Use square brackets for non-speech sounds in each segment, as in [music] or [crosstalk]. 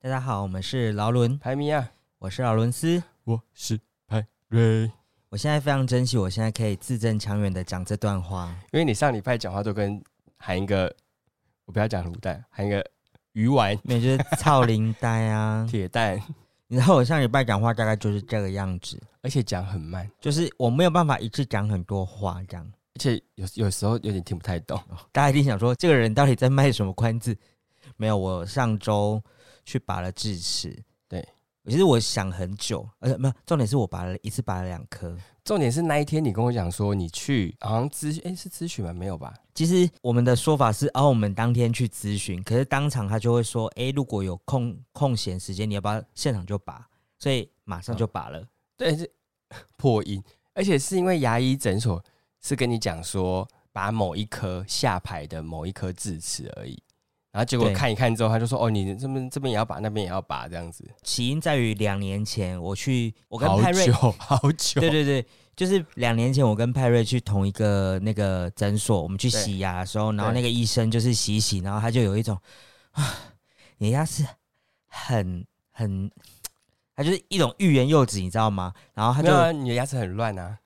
大家好，我们是劳伦，排啊米亚，我是劳伦斯。我是派瑞。我现在非常珍惜，我现在可以字正腔圆的讲这段话。因为你上礼拜讲话都跟喊一个，我不要讲卤蛋，喊一个鱼丸、，没有就是操林呆啊 [laughs] 铁蛋，你知道我上礼拜讲话大概就是这个样子，而且讲很慢，就是我没有办法一次讲很多话这样。哦而且有有时候有点听不太懂。大家一定想说，这个人到底在卖什么关子？没有，我上周去拔了智齿。对，其实我想很久，而且没有，重点是我拔了一次拔了两颗。重点是那一天你跟我讲说你去好像咨哎、是咨询吗？没有吧？其实我们的说法是，哦，我们当天去咨询，可是当场他就会说，诶，如果有空空闲时间，你要不要现场就拔？所以马上就拔了。对，是 [laughs] 破音，而且是因为牙医诊所是跟你讲说把某一颗下排的某一颗智齿而已，然后结果对看一看之后他就说哦你这边这边也要拔，那边也要拔这样子。起因在于两年前我去，我我跟派 [laughs] 瑞，好久，对对对，就是两年前我跟派瑞去同一个那个诊所，我们去洗牙的时候，然后那个医生就是洗一洗，然后他就有一种啊，你的牙齿很很，他就是一种欲言又止，你知道吗？然后他没就有啊你的牙齿很乱啊。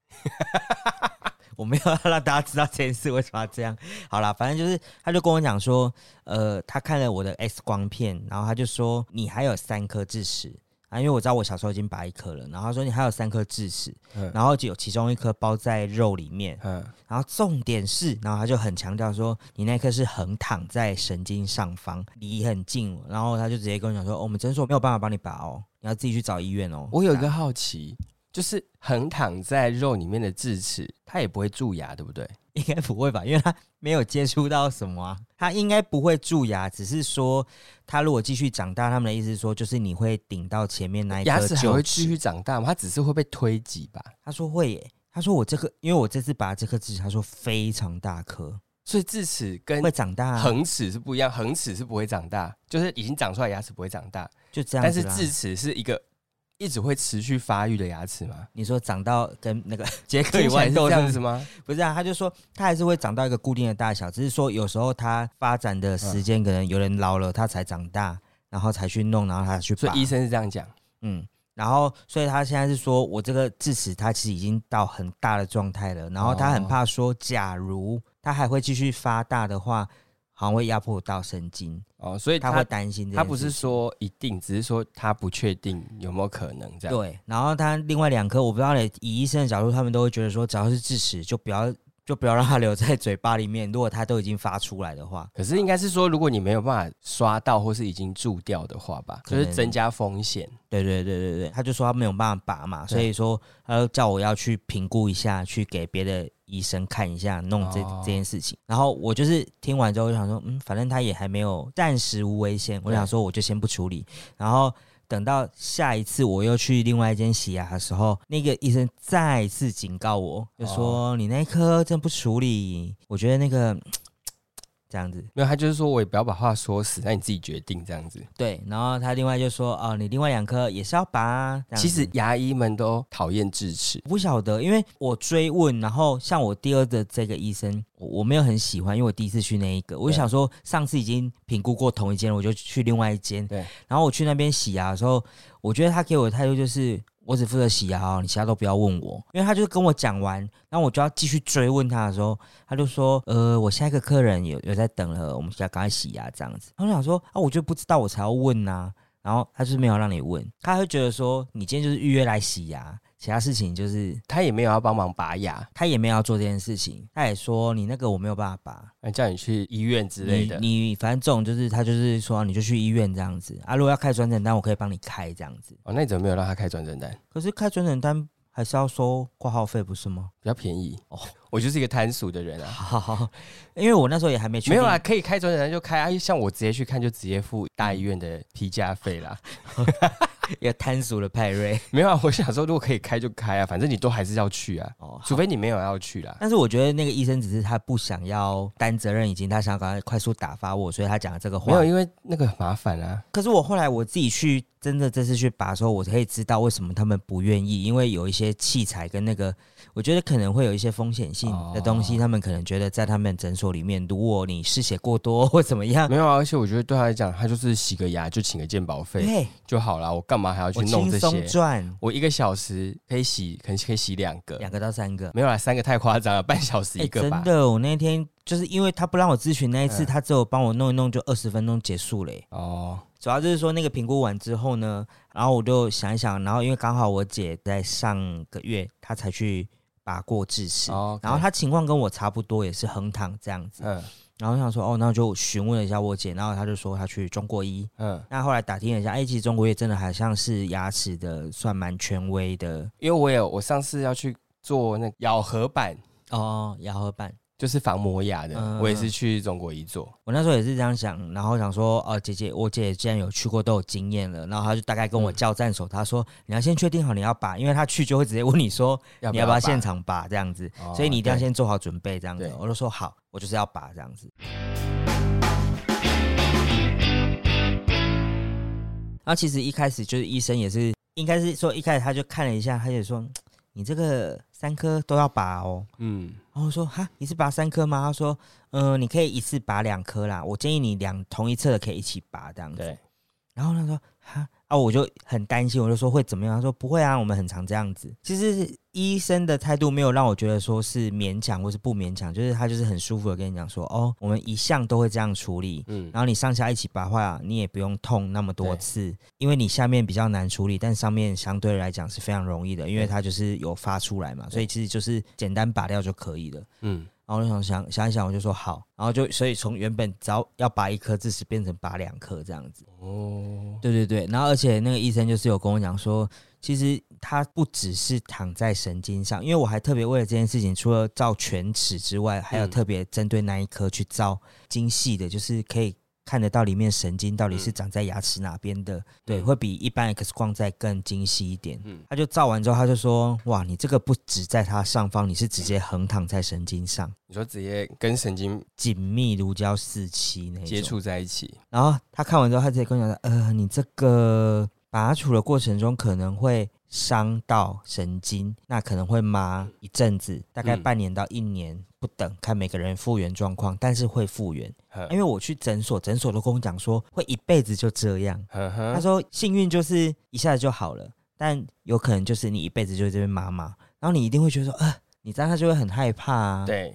我没有要让大家知道这件事为什么要这样。好啦，反正就是，他就跟我讲说，呃，他看了我的 X 光片，然后他就说你还有三颗智齿啊，因为我知道我小时候已经拔一颗了，然后他说你还有三颗智齿，嗯然后就有其中一颗包在肉里面，嗯，然后重点是，然后他就很强调说你那颗是横躺在神经上方，离很近，然后他就直接跟我讲说，哦、我们诊所没有办法帮你拔哦，你要自己去找医院哦。我有一个好奇，就是横躺在肉里面的智齿，它也不会蛀牙，对不对？应该不会吧，因为他没有接触到什么啊，他应该不会蛀牙，只是说他如果继续长大，他们的意思是说就是你会顶到前面那一牙颗齿还臼会继续齿。长大吗？它只是会被推挤吧？他说会耶，他说我这个，因为我这次拔这颗智齿，他说非常大颗，所以智齿跟会长大啊、恒齿是不一样，恒齿是不会长大，就是已经长出来的牙齿不会长大，就这样但子是啦。智齿是一个一直会持续发育的牙齿吗？你说长到跟那个 [laughs] 杰克与听起来豌是豆这是样不子是？吗？不是啊，他就说他还是会长到一个固定的大小，只是说有时候他发展的时嗯间可能有人老了，他才长大，然后才去弄，然后他去拔。所以医生是这样讲，嗯，然后所以他现在是说我这个智齿它其实已经到很大的状态了，然后他很哦怕说，假如它还会继续发大的话，好像会压迫到神经，哦，所以他会他担心这件他不事是情说一定，只是说他不确定有没有可能这样。对，然后他另外两颗我不知道嘞，以医生的角度，他们都会觉得说，只要是智齿就不要就不要让它留在嘴巴里面，如果它都已经发出来的话，可是应该是说，如果你没有办法刷到，或是已经蛀掉的话吧，可就能是增加风险。对对对对对，他就说他没有办法拔嘛，对所以说他就叫我要去评估一下，去给别的医生看一下，弄这、哦这件事情。然后我就是听完之后，我就想说，嗯，反正他也还没有暂时无危险，我想说我就先不处理。然后等到下一次我又去另外一间洗牙的时候，那个医生再次警告我，哦就说、你那一颗真不处理，我觉得那个这样子。没有，他就是说我也不要把话说死，那你自己决定这样子。对，然后他另外就说，哦，你另外两颗也是要拔啊。这样其子实牙医们都讨厌智齿，我不晓得，因为我追问，然后像我第二的这个医生，我我没有很喜欢，因为我第一次去那一个，我就对想说上次已经评估过同一间了，我就去另外一间。对，然后我去那边洗牙的时候，我觉得他给我的态度就是。我只负责洗牙哦，你其他都不要问我，因为他就跟我讲完，然后我就要继续追问他的时候，他就说：“呃，我下一个客人有有在等了，我们要赶快洗牙这样子。”然后我想说：“啊，我就不知道，我才要问啊呐、然后他就是没有让你问，他会觉得说你今天就是预约来洗牙，其他事情就是他也没有要帮忙拔牙，他也没有要做这件事情，他也说你那个我没有办法拔那叫你去医院之类的。你你反正这种就是他就是说你就去医院这样子啊，如果要开转诊单，我可以帮你开这样子。哦，那你怎么没有让他开转诊单？可是开转诊单还是要收挂号费不是 [laughs] 吗？比较便宜哦哦，我就是一个贪俗的人啊。好，因为我那时候也还没去，没有啊啦，，可以开转诊单就开啊，像我直接去看就直接付大医院的批价费啦。也贪俗了派瑞没有啊，我想说如果可以开就开啊，反正你都还是要去啊，哦。除非你没有要去啦。 [laughs] 但是我觉得那个医生只是他不想要担责任，以及他想要赶快快速打发我，所以他讲了这个没话有，。因为那个很麻烦啊。可是我后来我自己去真的这次去拔的时候，我可以知道为什么他们不愿意，因为有一些器材跟那个，我觉得可能会有一些风险性的东西，哦他们可能觉得在他们诊所里面，如果你失血过多 [laughs] 或怎么样，没有啊，而且我觉得对他来讲，他就是洗个牙就请个鉴保费对，就好啦，我干嘛还要去我弄轻这松些？赚我一个小时可以洗，可能可以洗两个，两个到三个。没有啦，三个太夸张了， [laughs] 半小时哎、一个真吧。的，我那天就是因为他不让我咨询那一次，嗯他只有帮我弄一弄，就二十分钟结束了、哎哦，主要就是说那个评估完之后呢，然后我就想一想，然后因为刚好我姐在上个月她才去拔过智齿，哦，然后她情况跟我差不多，也是横躺这样子。嗯然后我想说，哦，那我就询问了一下我姐，然后她就说她去中国医。嗯，那后来打听了一下，哎，其实中国医真的好像是牙齿的算蛮权威的因为我有我上次要去做那个咬合板，哦，牙合板。就是防磨牙的，嗯我也是去中国一做。我那时候也是这样想，然后想说，哦，姐姐，我姐既然有去过，都有经验了，然后她就大概跟我叫战手，她说你要先确定好你要拔，因为她去就会直接问你说要你不要不要拔现？场拔这样子？哦所以你一定要对先做好准备这样子对。我就说好，我就是要拔这样子。然后其实一开始就是医生也是，应该是说一开始他就看了一下，他就说你这个三颗都要拔哦。嗯，然后我说哈，你是拔三颗吗？他说，嗯、你可以一次拔两颗啦，我建议你两同一侧的可以一起拔这样子。对，然后他说哈啊，我就很担心，我就说会怎么样？他说不会啊，我们很常这样子。其实医生的态度没有让我觉得说是勉强或是不勉强，就是他就是很舒服的跟你讲说，哦，我们一向都会这样处理。嗯，然后你上下一起拔坏，你也不用痛那么多对次，因为你下面比较难处理，但上面相对来讲是非常容易的，因为对它就是有发出来嘛，所以其实就是简单拔掉就可以了。嗯，然后我就想想想一想，我就说好，然后就所以从原本只要要拔一颗智齿变成拔两颗这样子。哦，对对对，然后而且那个医生就是有跟我讲说，其实他不只是躺在神经上，因为我还特别为了这件事情，除了照全齿之外，还有嗯特别针对那一颗去照精细的，就是可以看得到里面神经到底是嗯长在牙齿哪边的，对，嗯会比一般 X 光再更精细一点。嗯他就照完之后，他就说：“哇，你这个不止在它上方，你是直接横躺在神经上，你说直接跟神经紧密如胶似漆那一种接触在一起，然后他看完之后，他直接跟我讲说：“呃，你这个拔除的过程中可能会伤到神经，那可能会麻一阵子，大概嗯半年到一年不等，看每个人复原状况，但是会复原。呵因为我去诊所，诊所都跟我讲说会一辈子就这样。呵他呵，说幸运就是一下子就好了，但有可能就是你一辈子就在这边麻麻，然后你一定会觉得说，呃，你这样他就会很害怕啊。”对，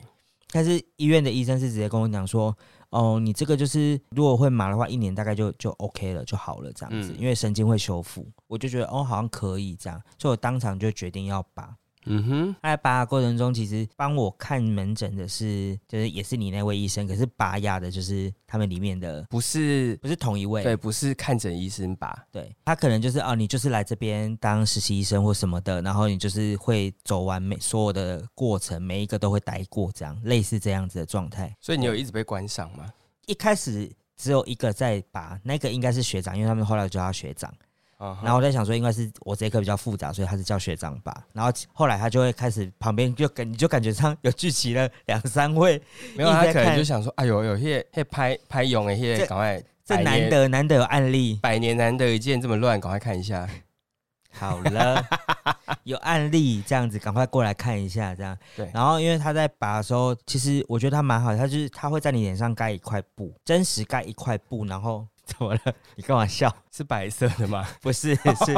但是医院的医生是直接跟我讲说，哦，你这个就是如果会麻的话，一年大概就就 OK 了，就好了这样子，嗯因为神经会修复。我就觉得哦，好像可以这样，所以我当场就决定要拔。嗯哼，在拔的过程中，其实帮我看门诊的是，就是也是你那位医生，可是拔牙的就是他们里面的，不是，不是同一位。对，不是看诊医生吧？对他可能就是哦，你就是来这边当实习医生或什么的，然后你就是会走完每所有的过程，每一个都会待过，这样类似这样子的状态。所以你有一直被观赏吗？一开始只有一个在拔，那个应该是学长，因为他们后来叫他学长。啊哈然后我在想说，应该是我这一科比较复杂，所以他是叫学长拔。然后后来他就会开始旁边就感你就感觉上有聚集了两三位，没有，一直他在可能看就想说，哎呦，有些些拍拍勇的些这赶快，这百难年得难得有案例。百年难得一见这么乱，赶快看一下。好了， [laughs] 有案例这样子，赶快过来看一下这样。对然后因为他在拔的时候，其实我觉得他蛮好的，他就是他会在你脸上盖一块布，真实盖一块布，然后 [laughs] 怎么了？你干嘛笑？是白色 [laughs] 的吗？不是，是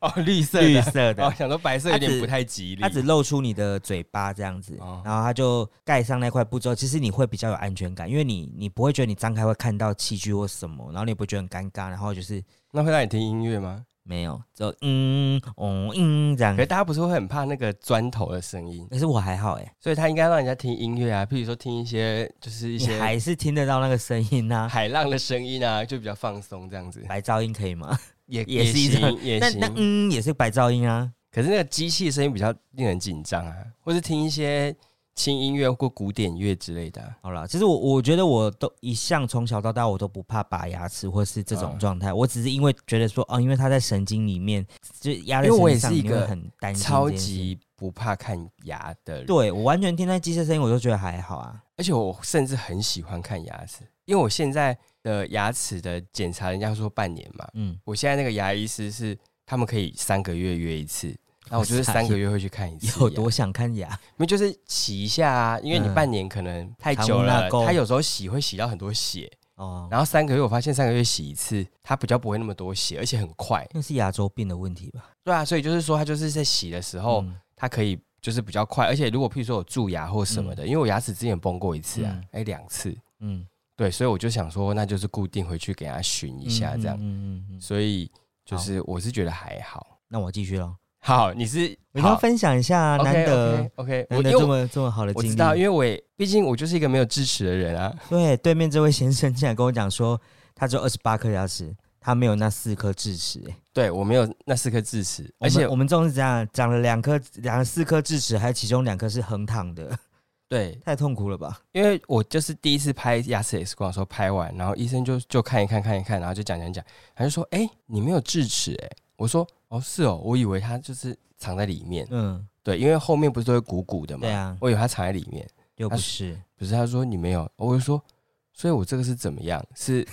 哦，绿色绿的。色的哦，。想说白色有它只点不太吉利它。只露出你的嘴巴这样子，哦然后它就盖上那块布之后，其实你会比较有安全感，因为你你不会觉得你张开会看到器具或什么，然后你也不会觉得很尴尬，然后就是那会让你听音乐吗？没有，只有嗯哦嗯这样可。是大家不是会很怕那个砖头的声音，可是我还好哎、所以他应该让人家听音乐啊，譬如说听一些就是一你些还是听得到那个声音呐、 [laughs] 海浪的声音啊，就比较放松这样子，白噪音可以吗？也也是一种行也那那行。嗯也是白噪音啊，可是那个机器声音比较令人紧张啊，或是听一些轻音乐或古典乐之类的啊、好了，其实我我觉得我都一向从小到大我都不怕拔牙齿或是这种嗯状态，我只是因为觉得说哦，因为它在神经里面，就压在因为我也身上，是一你会个很担心这超件事级不怕看牙的人。对我完全听那机械声音，我都觉得还好啊。而且我甚至很喜欢看牙齿，因为我现在的牙齿的检查，人家说半年嘛，嗯，我现在那个牙医师是他们可以三个月约一次，那我就是啊哇塞三个月会去看一次牙，有多想看 [laughs] 牙？没有就是洗一下啊，因为你嗯半年可能太藏久污纳了，垢他有时候洗会洗到很多血，哦，然后三个月我发现三个月洗一次，它比较不会那么多血，而且很快。那是牙周病的问题吧？对啊，所以就是说它就是在洗的时候，嗯它可以就是比较快，而且如果譬如说我蛀牙或什么的，因为我牙齿之前崩过一次啊嗯，哎、两次，嗯，对，所以我就想说那就是固定回去给它熏一下这样，嗯嗯嗯嗯嗯所以就是我是觉得还好。那我继续了，好，你是我一定要好分享一下，啊 OK，难得 OK，, 我难得因为这我么这么好的我经知历道，，因为我也毕竟我就是一个没有智齿的人啊，对，对面这位先生竟然跟我讲说，他只有二十八颗牙齿，他没有那四颗智齿、欸。对我没有那四颗智齿，而我且们我们这种是这样，长了两颗，长了四颗智齿，还有其中两颗是横躺的， [laughs] 对太痛苦了吧？因为我就是第一次拍牙齿 X 光的时候拍完，然后医生就就看一看看一看，然后就讲讲讲，他就说：“哎、你没有智齿哎、我说：“哦，是哦，我以为它就是藏在里面。嗯，对，因为后面不是都会鼓鼓的嘛，对啊，我以为它藏在里面。又他不是，不是，他说你没有，我就说，所以我这个是怎么样？ [laughs] 是，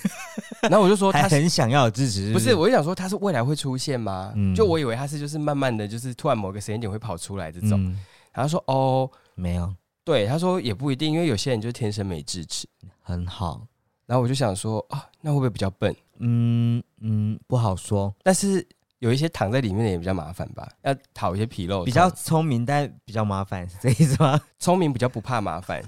然后我就说还他是很想要有智齿，不不是，我就想说它是未来会出现吗？嗯就我以为它是就是慢慢的就是突然某个时间点会跑出来这种。嗯，然后他说哦，没有，对，他说也不一定，因为有些人就天生没智齿。很好，然后我就想说啊，那会不会比较笨？嗯嗯，不好说，但是有一些躺在里面的也比较麻烦吧，要讨一些皮肉痛。比较聪明但比较麻烦，是这意思吗？聪明，比较不怕麻烦。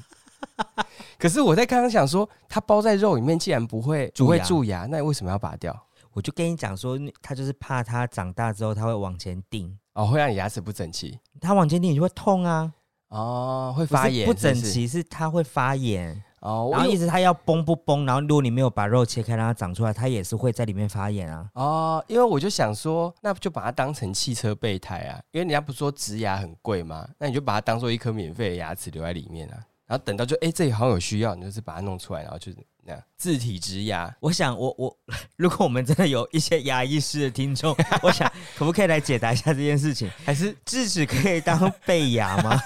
[laughs] 可是我在刚刚想说，它包在肉里面，既然不会蛀不会牙蛀牙，那为什么要拔掉？ [laughs] 我就跟你讲说，他就是怕他长大之后他会往前顶，哦，会让你牙齿不整齐他往前顶你就会痛啊，哦，会不是发炎不整是是齐是它会发炎，哦。然我后有一直它要崩不崩，然后如果你没有把肉切开让它长出来，它也是会在里面发炎啊。哦，因为我就想说，那就把它当成汽车备胎啊，因为人家不是说植牙很贵吗？那你就把它当做一颗免费的牙齿留在里面啊，然后等到就哎、这里好像有需要，你就是把它弄出来，然后就是那样自体植牙。我想我我，如果我们真的有一些牙医师的听 [laughs] 众，我想可不可以来解答一下这件事情？ [laughs] 还是智齿可以当备牙吗？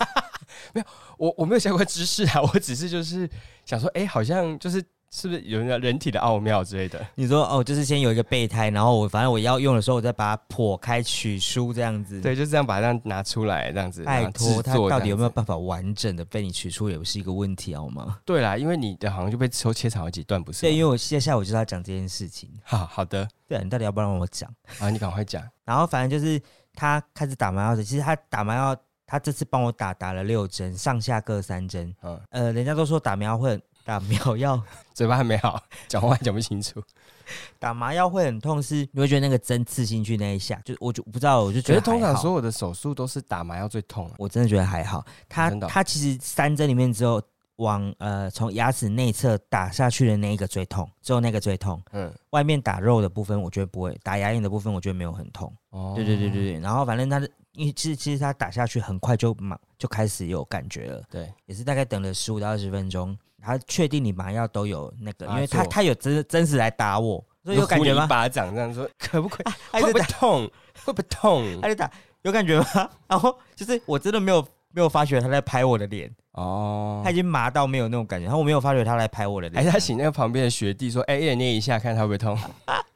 我我没有相关知识啊，我只是就是想说，哎、好像就是是不是有人人体的奥妙之 [laughs] 类的？你说哦，就是先有一个备胎，然后我反正我要用的时候，我再把它破开取出这样子。，对，就这样把它这样拿出来，这样子。拜然后托，制它作到这底样有没有子？办法完整的被你取出，也不是一个问题好吗？对啦，因为你的好像就被抽切成好几段，不是对，吗？因为我接下来我就是要讲这件事情。好好的对啊，你到底要不要让我讲？啊，你赶快讲。然后反正就是他开始打麻药的，其实他打麻药，他这次帮我打打了六针，上下各三针。嗯，呃，人家都说打麻药会很打麻药嘴巴还没好，讲话还讲不清楚。打麻药会很痛，是你会觉得那个针刺进去那一下，就我就不知道，我就觉得可是通还常好所。有的手术都是打麻药最痛啊。我真的觉得还好，他真的哦他其实三针里面只有往呃从牙齿内侧打下去的那一个最痛，只有那个最痛，嗯，外面打肉的部分我觉得不会，打牙龈的部分我觉得没有很痛。哦对对对对对，然后反正他的，因为其实其实他打下去很快就马就开始有感觉了，对，也是大概等了十五到二十分钟，他确定你麻药都有那个，因麻为醉他他有真真实来打我，所以就有感呼你觉一吗？巴掌这样说，可不可以？他 [laughs] 会就不会打，痛？会不会痛他？就打，有感觉吗？ [laughs] 然后就是我真的没有没有发觉他在拍我的脸，哦他已，经麻到没有那种感觉，然后我没有发觉他来拍我的还脸，是他请那个旁边的学弟说：“哎，一人捏一下，看他会不会痛。”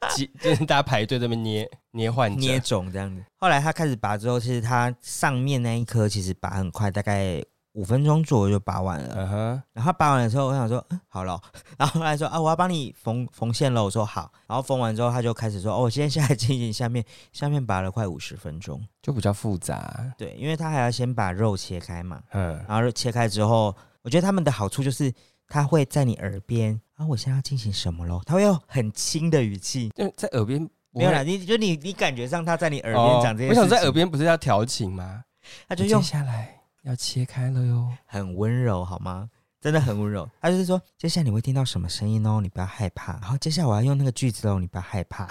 [laughs] 几就是大家排队这边捏捏患者捏，肿这样子。后来他开始拔之后，其实他上面那一颗其实拔很快，大概五分钟左右就拔完了。嗯哼，然后他拔完的时候，我想说，嗯，好了哦。 [laughs] 然后后来说，啊，我要帮你缝缝线了。我说好。然后缝完之后，他就开始说，哦，我今天下来进行下面， [laughs] 下面拔了快五十分钟。就比较复杂。啊对，因为他还要先把肉切开嘛。嗯，然后切开之后，我觉得他们的好处就是，他会在你耳边啊，我现在要进行什么咯？他会用很轻的语气，因为在耳边不没有会啦，你就你你感觉上他在你耳哦边讲这些、我想在耳，边不是要调情吗？他就用哎接下来要切开了哟。很温柔，好吗？真的很温柔。他就是说，接下来你会听到什么声音哦，你不要害怕。然后接下来我要用那个句子哦，你不要害怕。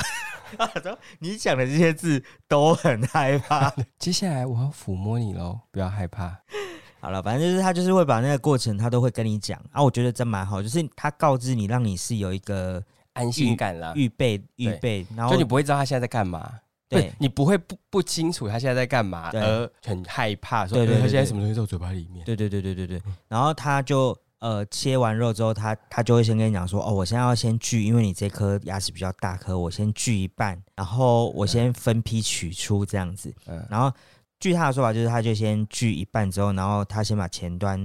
然 [laughs] 后他说你讲的这些字都很害怕。接下来我要抚摸你喽，不要害怕。 [laughs] 好了，反正就是他就是会把那个过程他都会跟你讲啊，我觉得真蛮好，就是他告知你，让你是有一个安心感啦，预备预备，然后就你不会知道他现在在干嘛，对不是你不会不不清楚他现在在干嘛，对而很害怕说，对对呃他对现在对什么东西在我嘴巴里面。对对对对对对，然后他就呃切完肉之后，他他就会先跟你讲说，哦，我现在要先锯，因为你这颗牙齿比较大颗，我先锯一半，然后我先分批取出这样子。嗯然后据他的说法，就是他就先锯一半之后，然后他先把前端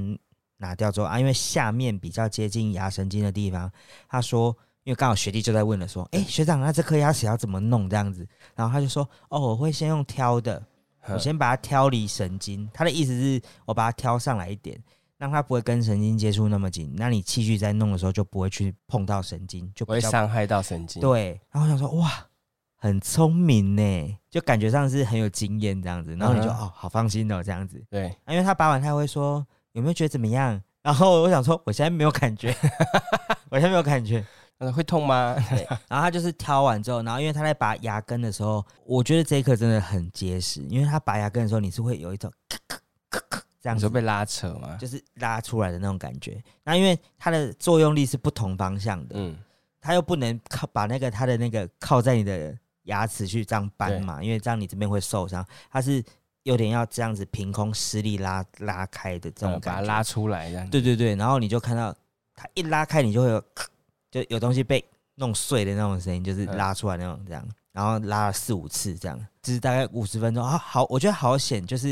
拿掉之后啊，因为下面比较接近牙神经的地方，他说。因为刚好学弟就在问了，说：“哎、学长，那这颗牙齿要怎么弄？这样子？”然后他就说：“哦，我会先用挑的，我嗯先把它挑离神经，他的意思是我把它挑上来一点，让它不会跟神经接触那么紧。那你器具在弄的时候就不会去碰到神经，就不比会较伤害到神经。，对。然后我想说，哇，很聪明呢，就感觉上是很有经验这样子。然后你就、嗯哼哦，好放心哦，这样子。对，啊因为他拔完他会说有没有觉得怎么样？然后我想说，我现在没有感觉， [laughs] 我现在没有感觉。他说会痛吗？ [laughs] 然后他就是挑完之后，然后因为他在拔牙根的时候，我觉得这一刻真的很结实，因为他拔牙根的时候，你是会有一种咔咔咔咔这样你说子，被拉扯吗？就是拉出来的那种感觉。那因为它的作用力是不同方向的，嗯，它又不能靠把那个它的那个靠在你的牙齿去这样扳嘛，因为这样你这边会受伤。它是有点要这样子凭空施力拉拉开的这呃种把感它觉，拉出来这样。对对对，然后你就看到它一拉开，你就会有咔就有东西被弄碎的那种声音，就是嗯拉出来那种这样，然后拉了四五次这样，就是大概五十分钟啊。好，我觉得好险，就是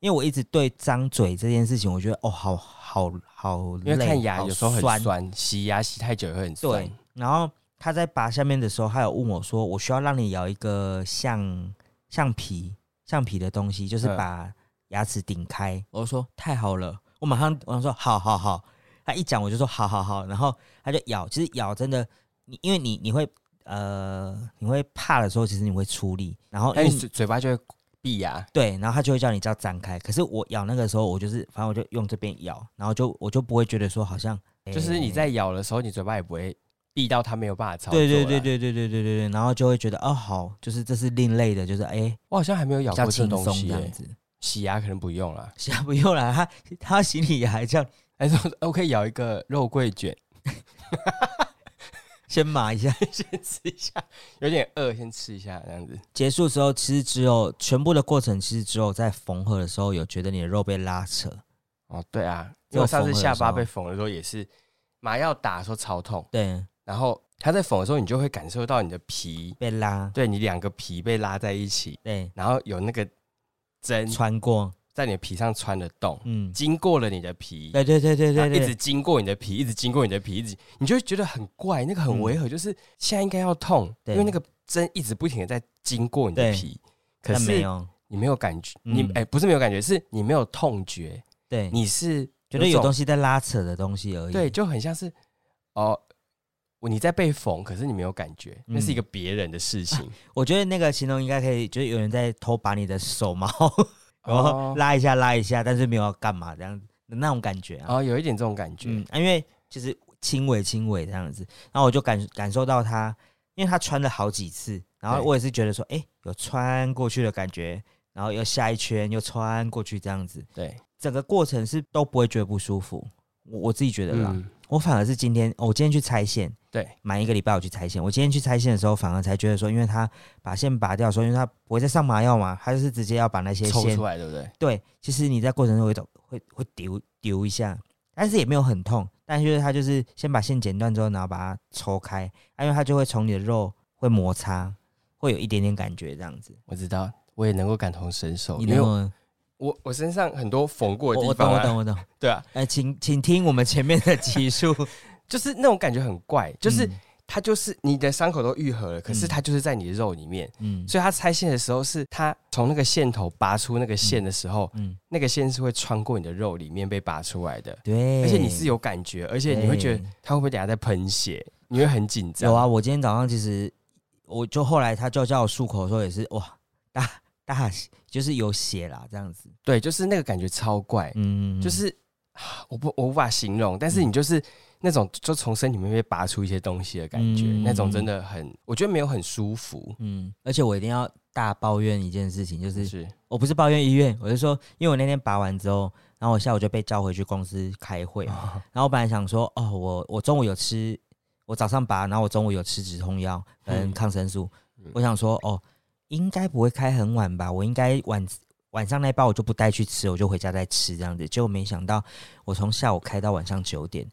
因为我一直对张嘴这件事情，我觉得哦，好好好累，因为看牙好有时候很酸，酸，洗牙洗太久也会很酸对。。然后他在拔下面的时候，他有问我说，我需要让你咬一个橡橡皮橡皮的东西，就是嗯把牙齿顶开。我就说太好了，我马上我想说好好好。他一讲我就说好好好，然后他就咬，其实咬真的，你因为你你会呃你会怕的时候，其实你会出力，然后因但为你你嘴嘴巴就会闭牙，对，然后他就会叫你叫张开。可是我咬那个时候，我就是反正我就用这边咬，然后就我就不会觉得说好像就是你在。在咬的时候，你嘴巴也不会闭到它没有办法操作。对对对，对对对对对对，然后就会觉得哦好，就是这是另类的，就是哎、我好像还没有咬比较过这轻东松这西、样欸。子。洗牙可能不用了，现在不用了，他他行李还叫还是我可以咬一个肉桂卷，先码一下。 [laughs] 先吃一下，有点饿，先吃一下这样子。结束之后，其实只有全部的过程，其实只有在缝合的时候有觉得你的肉被拉扯，哦，对啊，只有因为我上次下巴缝合的时候被缝的时候也是麻药打说超痛，对，然后它在缝的时候，你就会感受到你的皮，被拉，对你两个皮被拉在一起，对，然后有那个针穿过，在你的皮上穿的洞，嗯，经过了你的皮，对对对对然对后一对，直经过你的皮，一直经过你的皮，一直你就会觉得很怪，那个很违和，就是现在应该要痛，对因为那个针一直不停的在经过你的对皮，可但没是有，你没有感觉，嗯你哎、不是没有感觉，是你没有痛觉，对，你是觉得有种东西在拉扯的东西而已。对，，就很像是哦。你在被缝，可是你没有感觉，那嗯是一个别人的事情。 [laughs] 我觉得那个形容应该可以，就是有人在偷把你的手毛。然后哦拉一下拉一下，但是没有要干嘛这样子的那种感觉啊。哦，有一点这种感觉，嗯，啊因为就是轻微轻微这样子，然后我就感感受到他，因为他穿了好几次，然后对我也是觉得说，哎，有穿过去的感觉，然后又下一圈又穿过去这样子，对，整个过程是都不会觉得不舒服。我我自己觉得啦，嗯，我反而是今天，哦我今天去拆线，对，满一个礼拜我去拆线，我今天去拆线的时候，反而才觉得说，因为他把线拔掉的时候，因为他不会再上麻药嘛，他就是直接要把那些抽线出来，对不对？对，其实你在过程中有一种会会丢丢一下，但是也没有很痛，但是就是它就是先把线剪断之后，然后把它抽开，啊因为它就会从你的肉会摩擦，会有一点点感觉这样子。我知道，我也能够感同身受，你因为能我我我我身上很多缝过的我地懂方、我啊，懂我懂，对啊，哎、请请听我们前面的集数，就是那种感觉很怪， [laughs] 就是嗯它就是你的伤口都愈合了，可是嗯它就是在你的肉里面，嗯所以它拆线的时候是它从那个线头拔出那个线的时候，嗯，那个线是会穿过你的肉里面被拔出来的，对，而且你是有感觉，而且你会觉得对它会不会等下在喷血，你会很紧张。哎有啊，，我今天早上其实我就后来他就叫我漱口的时候也是哇大大就是有血啦这样子，对，就是那个感觉超怪，嗯，就是啊我不我无法形容，但是你就是那种就从身体里面被拔出一些东西的感觉，嗯那种真的很，我觉得没有很舒服，嗯，而且我一定要大抱怨一件事情，就是是我不是抱怨医院，我是说，因为我那天拔完之后，然后我下午就被叫回去公司开会，然后我本来想说，哦，我我中午有吃，我早上拔，然后我中午有吃止痛药跟嗯抗生素，嗯我想说，哦，应该不会开很晚吧，我应该晚晚上那一包我就不带去吃，我就回家再吃这样子。结果没想到我从下午开到晚上九点，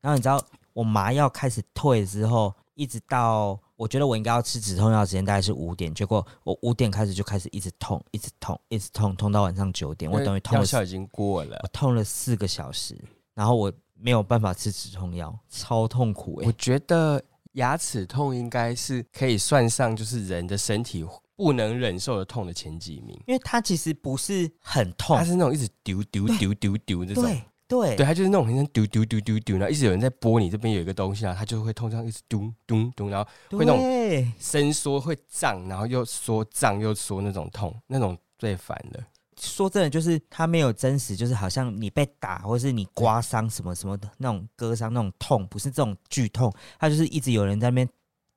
然后你知道我麻药开始退之后，一直到我觉得我应该要吃止痛药的时间大概是五点，结果我五点开始就开始一直痛，一直痛，一直痛，痛到晚上九点，我等于痛药了效已经过了我。痛了四个小时，然后我没有办法吃止痛药，超痛苦哎、我觉得牙齿痛应该是可以算上就是人的身体不能忍受的痛的前几名，因为它其实不是很痛它，是那种一直丢丢丢丢丢这种。对对对，它就是那种很像丢丢丢丢丢，然后一直有人在拨你这边有一个东西，然后它就会痛，这样一直咚咚咚，然后会那种对伸缩会胀，然后又缩胀又缩那种痛，那种最烦了。说真的，就是它没有真实，就是好像你被打或是你刮伤什么什么的那种割伤那种痛，不是这种剧痛，它就是一直有人在那边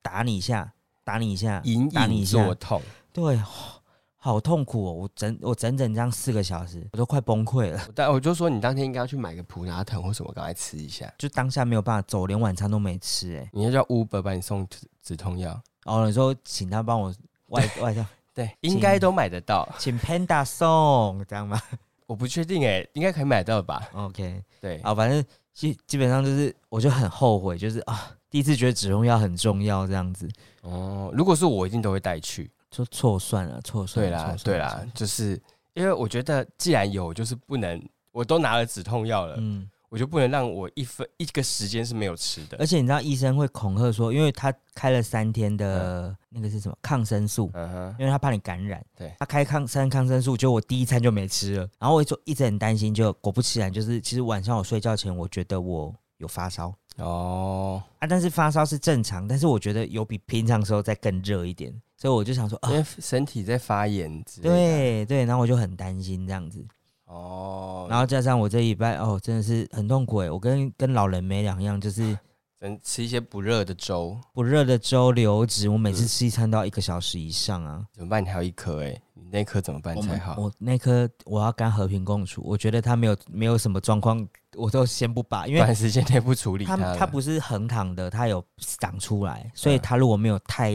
打你一下，打你一下，隐打你隐一下作，痛，对，哦好痛苦哦！我整我整整这样四个小时，我都快崩溃了，但我就说你当天应该要去买个普拿疼或什么，赶快吃一下。就当下没有办法走，连晚餐都没吃哎。你要叫 Uber 帮你送止止痛药，哦，你说请他帮我外外送，对，应该都买得到。请 Panda 送，这样 [laughs] 吗我不确定哎、应该可以买到吧？ ？OK，对，啊，反正基基本上就是，我就很后悔，就是啊，第一次觉得止痛药很重要，这样子，哦，如果是我，一定都会带去。就错算了，错算对了，啦错，算对了啦，，就是因为我觉得既然有，就是不能，我都拿了止痛药了，嗯，我就不能让我一分一个时间是没有吃的。而且你知道医生会恐吓说，因为他开了三天的那个是什么抗生素。嗯哼，因为他怕你感染，对他开抗三抗生素，结果我第一餐就没吃了，然后我就一直很担心，就果不其然，就是其实晚上我睡觉前，我觉得我有发烧，哦，啊，但是发烧是正常，但是我觉得有比平常时候再更热一点，所以我就想说，啊因、为身体在发炎之类的，啊对对，然后我就很担心这样子，哦，然后加上我这一拜哦，真的是很痛苦哎，我跟跟老人没两样，就是能吃一些不热的粥，不热的粥流质，我每次嗯吃一餐都要一个小时以上啊。怎么办？你还有一颗哎、你那颗怎么办我才们哦好？我那颗我要跟他和平共处，我觉得他没有没有什么状况，我都先不把，因为短时间内不处理它它它了不是横躺的，它有长出来，所以嗯它如果没有太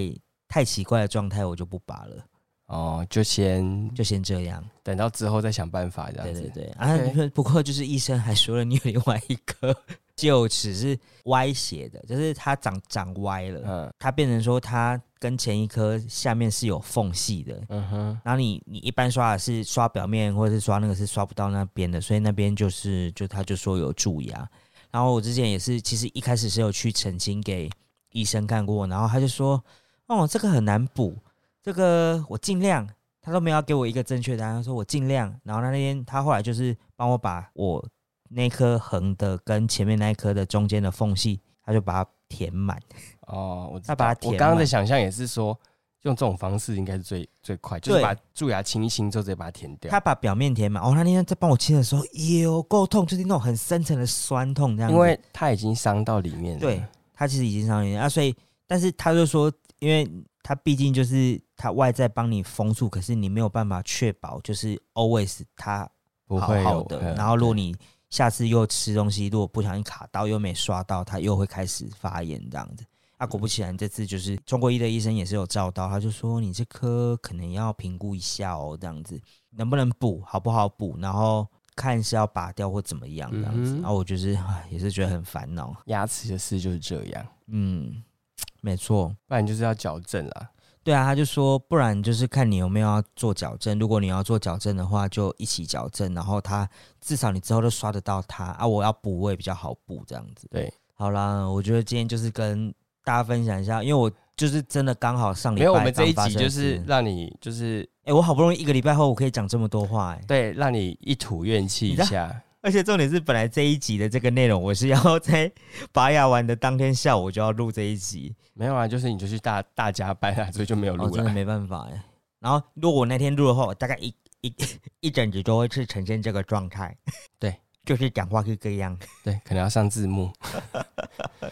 太奇怪的状态，我就不拔了，哦，就先就先这样。等到之后再想办法这样对子。对对，啊 OK 不过就是医生还说了，你有另外一 [laughs] 颗臼齿是歪斜的，就是它长长歪了，嗯它变成说它跟前一颗下面是有缝隙的。嗯哼，然后你你一般刷的是刷表面，或者是刷那个是刷不到那边的，所以那边就是就他就说有蛀牙。然后我之前也是，其实一开始是有去澄清给医生看过，然后他就说，哦，这个很难补，这个我尽量，他都没有要给我一个正确答案，他说我尽量。然后那天他后来就是帮我把我那颗横的跟前面那一颗的中间的缝隙，他就把它填满。哦，我知那把它道我填刚刚满的想象也是说，用这种方式应该是最最快，就是对把蛀牙清一清之后直接把它填掉。他把表面填满。哦，他那天在帮我清的时候，有够痛，就是那种很深层的酸痛这样子。因为它已经伤到里面了。对他其实已经上瘾了啊，所以但是他就说，因为他毕竟就是他外在帮你封住，可是你没有办法确保就是 always 他不好会有好的。嗯然后如果你下次又吃东西，如果不小心卡到又没刷到，它又会开始发炎这样子。啊，果不其然，这次就是中国医的医生也是有照到，他就说你这颗可能要评估一下哦，这样子能不能补，好不好补，然后看是要拔掉或怎么样这样子。嗯哼然后我就是唉也是觉得很烦恼，牙齿的事就是这样，嗯，没错，不然就是要矫正啦。对啊，他就说，不然就是看你有没有要做矫正。如果你要做矫正的话，就一起矫正，然后他至少你之后都刷得到他啊。我要补，我也比较好补这样子。对，好啦，我觉得今天就是跟大家分享一下，因为我就是真的刚好上礼没拜有，我们这一刚发集生就的是事，让你就是哎、我好不容易一个礼拜后我可以讲这么多话、哎，对，让你一吐怨气一下。 [laughs] 而且重点是，本来这一集的这个内容我是要在拔牙完的当天下午我就要录这一集，没有啊，就是你就去大大加班啊，所以就没有哦，录真的了。没办法哎。然后如果我那天录的话，我大概一一 [laughs] 一整集都会是呈现这个状态。 [laughs] 对，就是讲话是这样。对，可能要上字幕。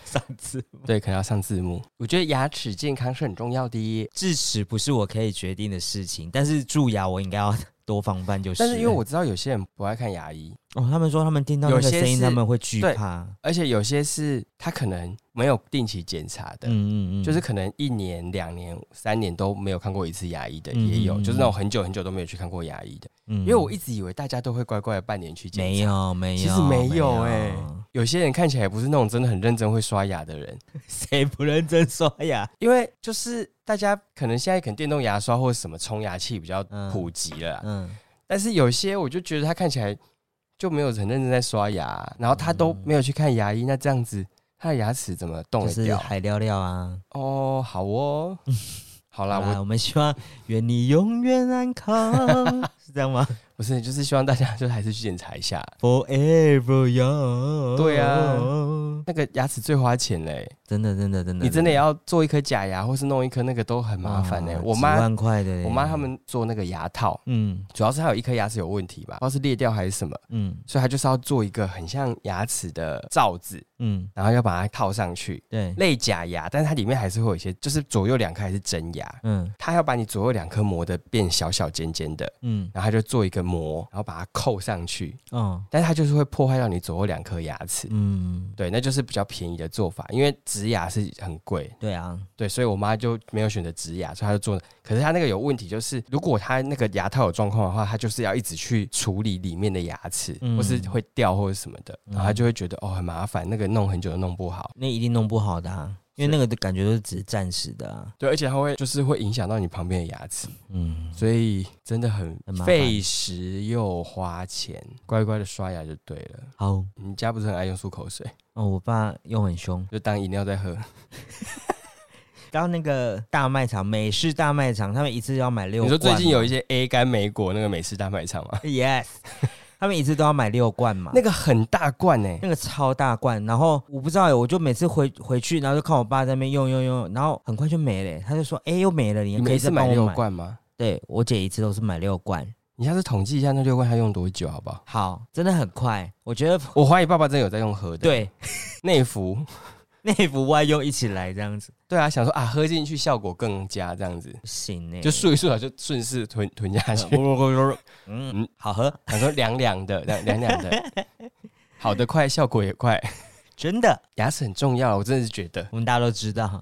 上次对，可能要上字幕。我觉得牙齿健康是很重要的耶，智齿不是我可以决定的事情，但是蛀牙我应该要多防范就是了。但是因为我知道有些人不爱看牙医，哦，他们说他们听到那有个些声音，是他们会惧对怕。而且有些是他可能没有定期检查的，嗯嗯嗯，就是可能一年、两年、三年都没有看过一次牙医的嗯也有，嗯就是那种很久很久都没有去看过牙医的。因因为我一直以为大家都会乖乖的半年去检嗯没查，有没有，其实没有哎、有有些人看起来不是那种真的很认真会刷牙的人，谁不认真刷 [laughs] 牙？因为就是大家可能现在可能电动牙刷或者什么冲牙器比较嗯普及了啦，嗯，但是有些我就觉得他看起来就没有很认真在刷牙，啊然后他都没有去看牙医，那这样子他的牙齿怎么动嗯就得是掉？海料料啊。哦，[laughs] 好哦，好啦，好啦，我我们希望愿你永远安 [laughs] 康，是这样吗不是就是希望大家就还是去检查一下， ？Forever young。对啊，那个牙齿最花钱嘞、真的真的真的，你真的要做一颗假牙或是弄一颗那个都很麻烦嘞、啊我几妈万块的嘞，我妈他们做那个牙套，嗯主要是她有一颗牙齿有问题吧，不知道是裂掉还是什么，嗯所以她就是要做一个很像牙齿的罩子，嗯，然后要把它套上去，对，类假牙，但是它里面还是会有一些，就是左右两颗还是真牙，嗯它要把你左右两颗磨得变小小尖尖的，嗯然后它就做一个膜，然后把它扣上去，哦但是它就是会破坏到你左右两颗牙齿。嗯，对，那就是比较便宜的做法，因为植牙是很贵，对啊，对，所以我妈就没有选择植牙，所以她就做。可是她那个有问题，就是如果她那个牙套有状况的话，她就是要一直去处理里面的牙齿，嗯或是会掉或者什么的，嗯然后她就会觉得哦很麻烦，那个弄很久都弄不好。那一定弄不好的啊，因为那个的感觉都是只是暂时的啊，对，而且它会就是会影响到你旁边的牙齿，嗯，所以真的很很麻烦费时又花钱，乖乖的刷牙就对了。好。你家不是很爱用漱口水，哦，我爸又很凶，就当饮料在喝。到那个大卖场，美式大卖场，他们一次要买六你罐说嘛。最近有一些 A 干莓果那个美式大卖场吗？ yes，他们一次都要买六罐嘛，那 [laughs] 那个很大罐欸呢、那个超大罐。然后我不知道欸耶，我就每次回回去，然后就看我爸在那边用用用，然后很快就没了耶。他就说：“哎、又没了，你你可每以次再买帮六我买。罐吗？”对我姐一次都是买六罐，你下次统计一下那六罐它用多久，好不好？好，真的很快。我觉得 [laughs] 我怀疑爸爸真的有在用喝的，，对内服，内服外用一起来这样子对啊，想说啊，喝进去效果更佳，这样子不行欸呢，就漱一漱啊，就顺势吞吞下 [laughs] [laughs] 去，嗯好喝，想说凉凉的，凉凉凉的， [laughs] 好的快，效果也快，真的，牙齿很重要，我真的是觉得。我们大家都知道。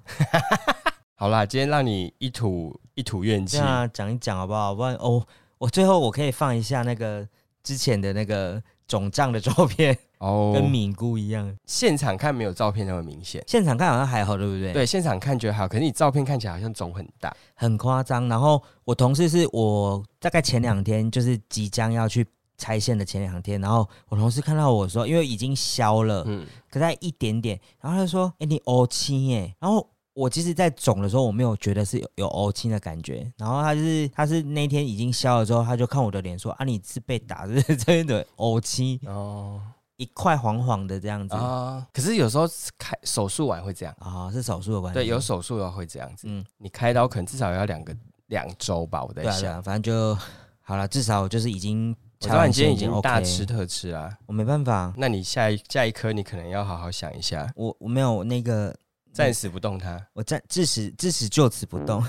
好啦，今天让你一吐一吐怨这气，样啊讲一讲好不好？不然哦，我最后我可以放一下那个之前的那个肿胀的照片，哦跟敏姑一样。现场看没有照片那么明显，现场看好像还好，对不对？，对，现场看觉得好，可是你照片看起来好像肿很大，很夸张。然后我同事是我大概前两天就是即将要去拆线的前两天，然后我同事看到我说，因为已经消了，嗯，可在一点点，然后他就说：“哎、你 O 青耶。”然后我其实，在肿的时候，我没有觉得是有有 O 青的感觉。然后他就是他是那天已经消了之后，他就看我的脸说：“啊，你是被打的，这边的 O 青哦一块黄黄的这样子啊、啊，可是有时候开手术完会这样。是手术的关系。对，有手术的会这样子。哎嗯你开刀可能至少要两个两周吧，我在对啊对想。啊，反正就好了，至少就是已经我拆知道完啊你今天线已经 OK 大吃，特吃啦，我没办法，那你下一下一颗你可能要好好想一下，我我没有那个。暂时不动它。我暂至此至此就此不动，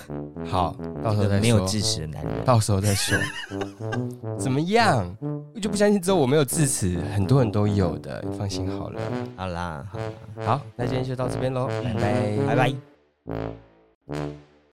好，到时候再没有说智齿的男人。到时候再说。怎么样？我就不相信只有我没有智齿，很多人都有的，你放心好了。好啦，好嗯好，那今天就到这边喽，拜拜，拜拜。